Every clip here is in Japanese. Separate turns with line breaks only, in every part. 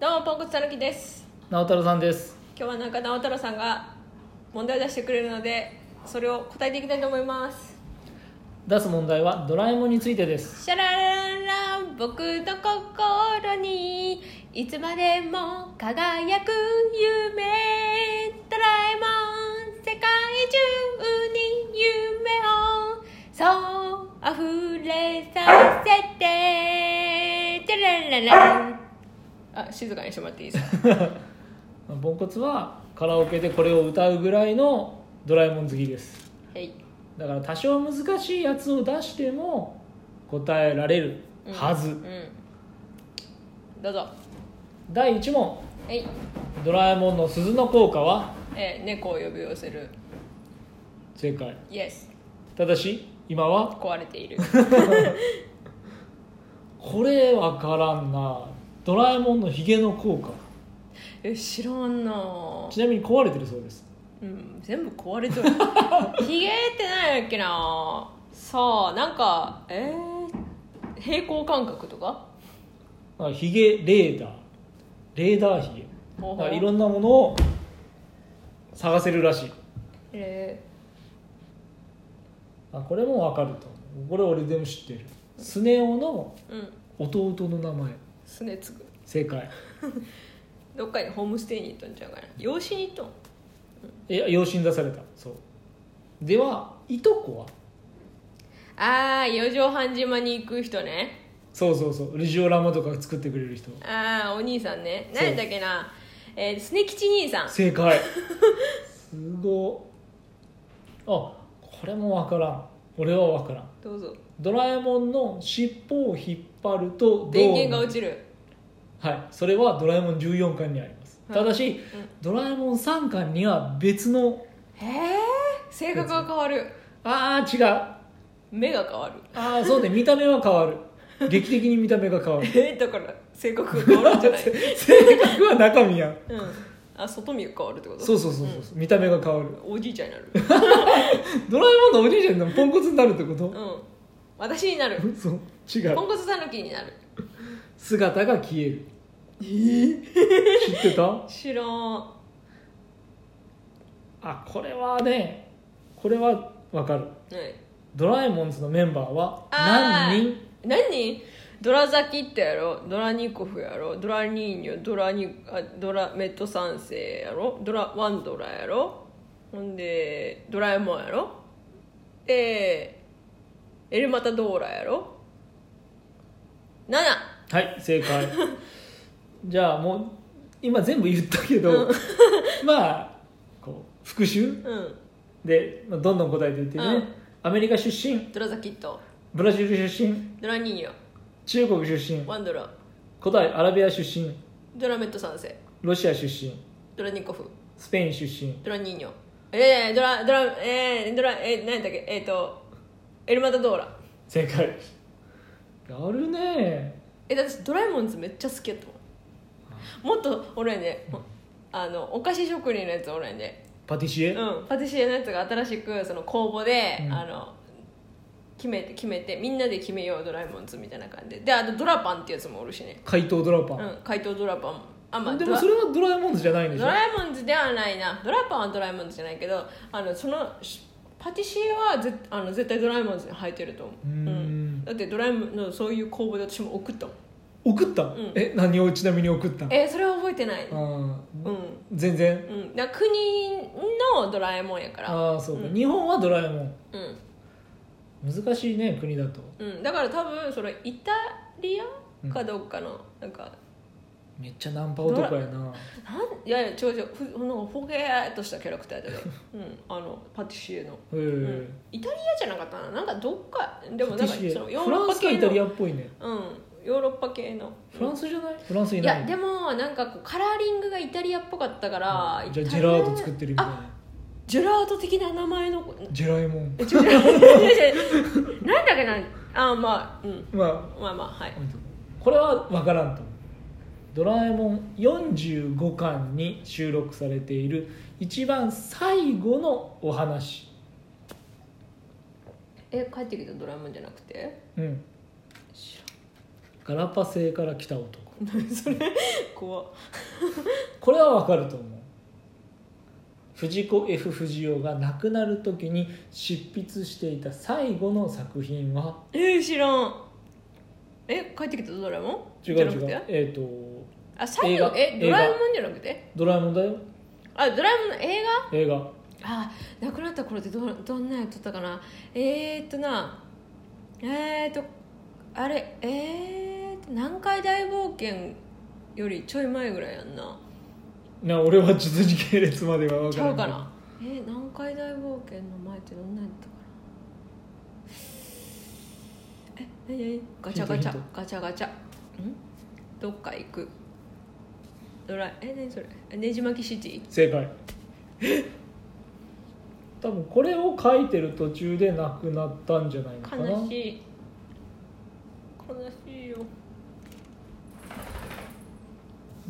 どうもポンコツたぬきです
直太朗さんです
今日はなんか直太朗さんが問題を出してくれるのでそれを答えていきたいと思います
出す問題はドラえもんについてです
シャララララン僕の心にいつまでも輝く夢ドラえもん世界中に夢をそう溢れさせてチャラララランあ静かにしてもらっていいですか
ポンコツはカラオケでこれを歌うぐらいのドラえもん好きです
はい
だから多少難しいやつを出しても答えられるはず、
うんどうぞ
第1問
はい、
ドラえもんの鈴の効果は
えー猫を呼び寄せる
正解
イエス
ただし今は
壊れて いる
これわからんなドラえもんのヒゲの効果
え知らんなあ
ちなみに壊れてるそうです
うん全部壊れと るひげってなんやっけなさあなんかえー、平行感覚とか
あヒゲレーダーレーダーヒゲ
ほうほう
だからいろんなものを探せるらしい
え
あこれもわかるとこれ俺でも知ってるスネ夫の
ー、うん
弟の名前
すねつぐ
正解
どっかにホームステイに行っとんちゃうかな養子に行っとん
いや養子に出されたそうではいとこは
ああ四畳半島に行く人ね
そうそうそうレジオラマとか作ってくれる人
ああお兄さんね何やったっけなえー、スネ吉兄さん
正解すごっあこれもわからん俺はわからん
どうぞ
ドラえもんの尻尾を引っ張ると
電源が落
ち
ちる
はいそれはドラえもん14巻にあります
はい
ただし、ドラえもん3巻には別の
へえ性格が変わる
ああ違う
目が変わる
あ あそうね見た目は変わる劇的に見た目が変わる
えー、だから性格が変わるんじゃない
性格は中身やん
うんあ外見が変わるってこと
そうそうそうそう、見た目が変わる
おじいちゃんになる
ドラえもんのおじいちゃんでもポンコツになるってこと
うん私になる
そう違
ポ
う
ンコツさぬきになる
姿が消えるえ知ってた
知らん
あこれはねこれはわかる
ね
ドラえもんズのメンバーは何人
何人ドラザキってやろドラニコフやろドラニーニョドラニあドラメット三世やろドラワンドラやろほんでドラえもんやろでエルマタドーラやろ7
はい正解 じゃあもう今全部言ったけど まあこう復習
うん
で、まあ、どんどん答えていってね、
うん
アメリカ出身
ドラザキット
ブラジル出身
ドラニーニョ
中国出身
ワンドラ
古代アラビア出身
ドラメット三世
ロシア出身
ドラニコフ
スペイン出身
ドラニーニョえー、ドラドラえー、ドラえー、何だっけえっ、ー、とエルマタドーラ
正解 やるね
えだってドラえもんズめっちゃ好きやと思うもっとおるやんで、あのお菓子職人のやつおるやんで、
パティシエ、
うん、パティシエのやつが新しくその公募で、
うん
あの決めて決めてみんなで決めようドラえもんズみたいな感じでであとドラパンってやつもおるしね、
怪盗ドラ
う
パン、
ん、怪盗ドラパンもあまあ
で
ド
も
ラ
それはドラえもんじゃないんでし
ド
ょ
ラえもんズではないなドラパンはドラえもんズじゃないけどあのそのしパティシエはぜあの絶対ドラえもんズに入ってると思う
うーん
だってドラえもんのそういう公募で私も送ったもん
送った、
ん
え何をちなみに送った
えーそれは覚えてない
あ
う
ー
ん
全然
うん、だから国のドラえもんやから
ああそうか、日本はドラえもん
うん、
難しいね国だと
うん、だから多分それイタリアかどっかの、なんか
めっちゃナンパ男やな
なんいやいや違う違うふなんかほげーっとしたキャラクターだ ね、うん、あのパティシエの、
へえ、
うん、イタリアじゃなかったななんかどっかでも
パ
な
テ
んか
ィシエ
そのヨー
フ
ロ
ラ
ッ
ン
パ
スか
系
イタリ
の
アっぽいね
うんヨーロッパ系の
フランスじゃないフランスい
い
ない
やでもなんかこうカラーリングがイタリアっぽかったから、
じゃ
イ
あ
タ
ジ
リア
ェラート作ってるみたい
あ
な
ジェラート的な名前の
ジェラえもん
え違う違う違う違うなんだっけなあまあうん
ま
まあまあはい
あこれは分からんと思う「ドラえもん」45巻に収録されている一番最後のお話
え帰ってきたドラえもんじゃなくて
うんガラパ星から来た男
何それ怖っ
これはわかると思う藤子 F 不二雄が亡くなる時に執筆していた最後の作品は
えー、知らんえ帰ってきたドラえもん
違う
じゃな
違
くて
うえっ、と
あ最
映
後
画
えド
映画
ラえもんじゃなくて
ドラえもんだよ
あドラえもんの映画
映画
あ亡くなった頃ってどどんなやつだったかなえー、っとなえー、っとあれえー、っと南海大冒険よりちょい前ぐらいやんな
な俺は術時系列までは分
ち
か
ゃ
らないう
かなえー、南海大冒険の前ってどんなやつだったかなえ何何ガチャガチ
ヒン
ャ
トヒ
ガチャガチャんどっか行くドラえ何それえねじ巻きシティ
正解多分これを書いてる途中で亡くなったんじゃないのかな
悲しい悲しいよ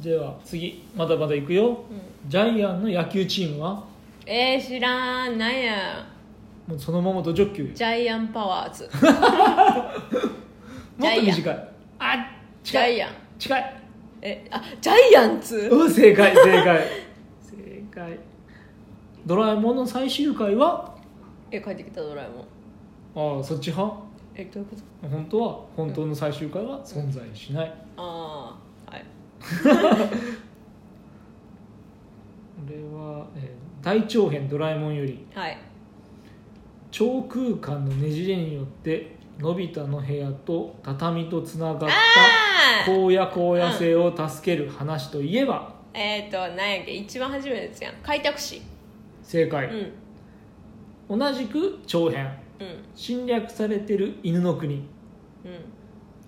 では次まだまだいくよ
うん
ジャイアンの野球チームは
えー、知らんなんや
もうそのままド直球よ
ジャイアンパワー ズ
もっと
ジャ
短いあ
ジ
近
ャ
い
イアン
近い
えあジャイアンツ
うん正 解正解正解ドラえもんの最終回は
え帰ってきたドラえもん
ああそっち派
えどういうこと
本当は本当の最終回は存在しない、
ああはい
これは、えー大長編「ドラえもん」より
はい
超空間のねじれによってのび太の部屋と畳とつながっ
あ
た
ー
荒野荒野性を助ける話といえば
えっ、ー、となんやっけ一番初めのやつやん開拓史
正
うん
解、同じく長編
うん
侵略されてる犬の国
うん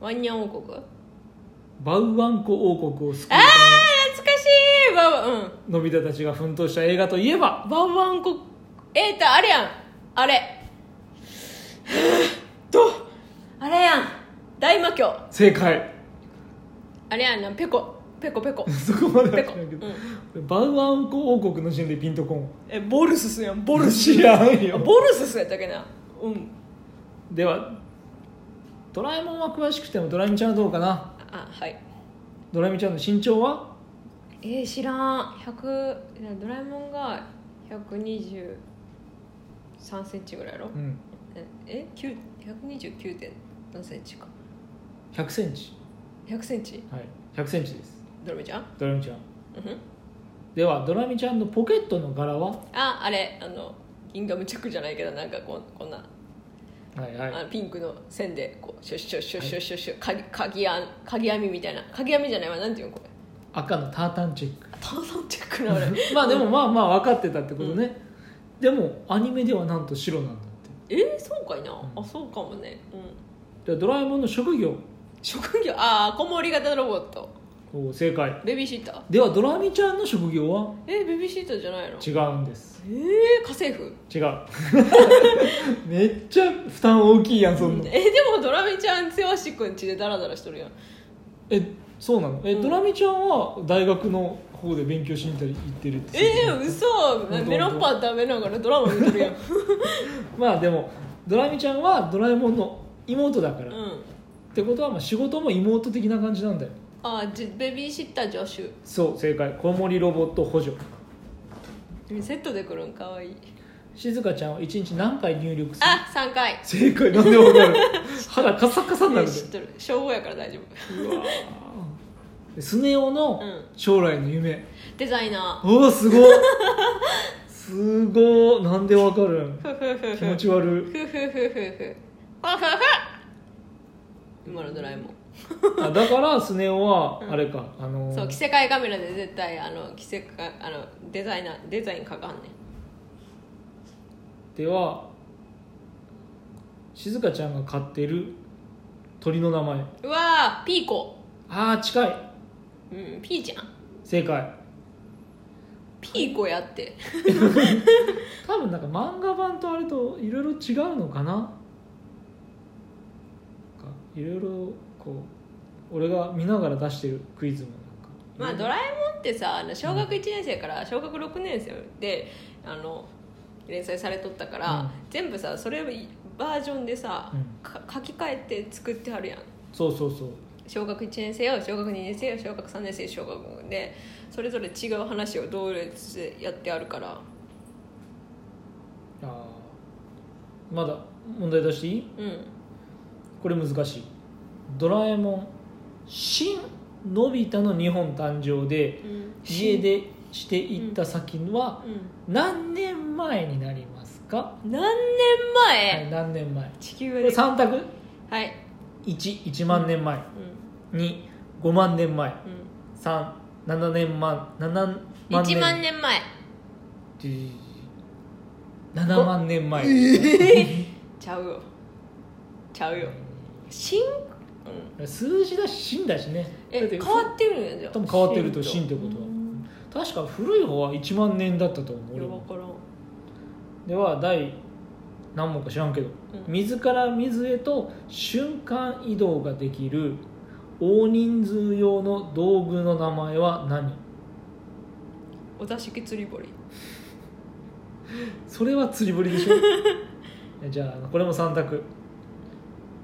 ワンニャン王国
バウワンコ王国を救うた
懐かしいババうん
めのび太たちが奮闘した映画といえば
バンバンこえっ、とあれやんあれ とあれやん大魔教
正解
あれやんなペコペコペ コ
そこまで
ペコ、
は知
う
らんけど
ん、
バウワンコ王国のシーンでピンとこん
えボルススやんボルス
知らん
あ
よ
ボルススやったっけなうん
ではドラえもんは詳しくてもドラえみちゃんはどうかな
あはい
ドラえみちゃんの身長は
えー、知らん100いやドラえもんが123センチぐらいやろ
うん
ええ9 129.7センチか
100センチ
100センチ
はい100センチです
ドラミちゃん
ドラミちゃん
うん
ではドラミちゃんのポケットの柄は
ああれあのギンガムチャックじゃないけどなんかこうこんな、
はいは
あ
い
のピンクの線でこうシュッシュッシュッシュッシュッシュッ鍵鍵あん鍵網みたいな鍵網じゃないわなんていうのこれ
赤のタータンチェック
ターザンチェックなあれ
まあでもまあまあ分かってたってことね、でもアニメではなんと白なんだっ
えー、そうかいな、
ん
あそうかもねうん
てでドラえもんの職業
職業ああ子守型ロボット
お正解
ベビーシッター
ではドラミちゃんの職業は
えー、ベビーシッターじゃないの
違うんです
えー、家政婦
違うめっちゃ負担大きいやんそんな
えー、でもドラミちゃん剛くん家でダラダラしとるやん
えそうなのえ、
うん
ドラミちゃんは大学の方で勉強しに行ったり行ってるって
えー、嘘
当
メロンパン食べながらドラマ見とるやんう
まあでもドラミちゃんはドラえもんの妹だから、っ
ん
てことはまあ仕事も妹的な感じなんだよ
あーじベビーシッター助手
そう正解子守ロボット補助
セットで来るんかわいい
静香ちゃんは1日何回入力する
あ三3回
正解なんでわかる肌カサカサになる
知っとる小5やから大丈夫
でうわースネ夫の
うん
将来の夢、
デザイナ
おおすごいすごいなんでわかるん
ーふふふふ
気持ち悪い
ふふふふふふふふ今のドラえもん
あだからスネ夫は
うん
あれか、あのー
そう着せ替えカメラで絶対あの着せ替えあのデザイナーデザインかかんねん
では静香ちゃんが飼ってる鳥の名前
うわーピーコ
ああ近い
うんピーちゃん
正解
ピーコやって
多分なんか漫画版とあれといろいろ違うのかななんかいろいろこう俺が見ながら出してるクイズも
ま
な
あ
んか、
ドラえもんってさあの小学1年生から小学6年生であの連載されとったから、
うん
全部さそれバージョンでさ、
うん
か書き換えて作ってはるやん
そうそうそう
小学1年生や小学2年生や小学3年生小学5年でそれぞれ違う話を同列でやってあるから
あーまだ問題出していい
うん
これ難しい「ドラえもん新のび太の日本誕生」で
うん
家出していった先は
う
何年前になりますか、
ん何年
は
前、
い、何年前
地球
こ
は
れ
でか
3択
いはい
11万年前
う
25万年前
ん
37年前7万
うん
年
1万年前
7万年前、
ちゃうよちゃうよ新、うん、
数字だし新だしねだ
え
って
変わってるんやじゃあ
多分変わってると新
新
ってことは
うん
確か古い方は1万年だったと思う
いや
俺
分
も
からん
では第何問か知らんけど、
うん
水から水へと瞬間移動ができる大人数用の道具の名前は何
お座敷釣り堀
それは釣り堀で しょじゃあこれも3択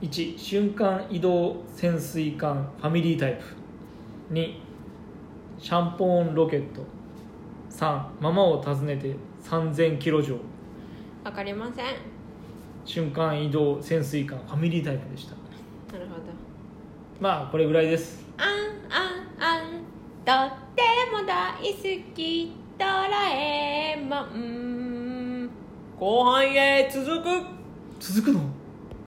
1瞬間移動潜水艦ファミリータイプ2シャンポーンロケット3ママを訪ねて3000キロ以上
分かりません
瞬間移動潜水艦ファミリータイプでした
なるほど
まあこれぐらいです
あんあんあんとっても大好きドラえもん後半へ続く
続くの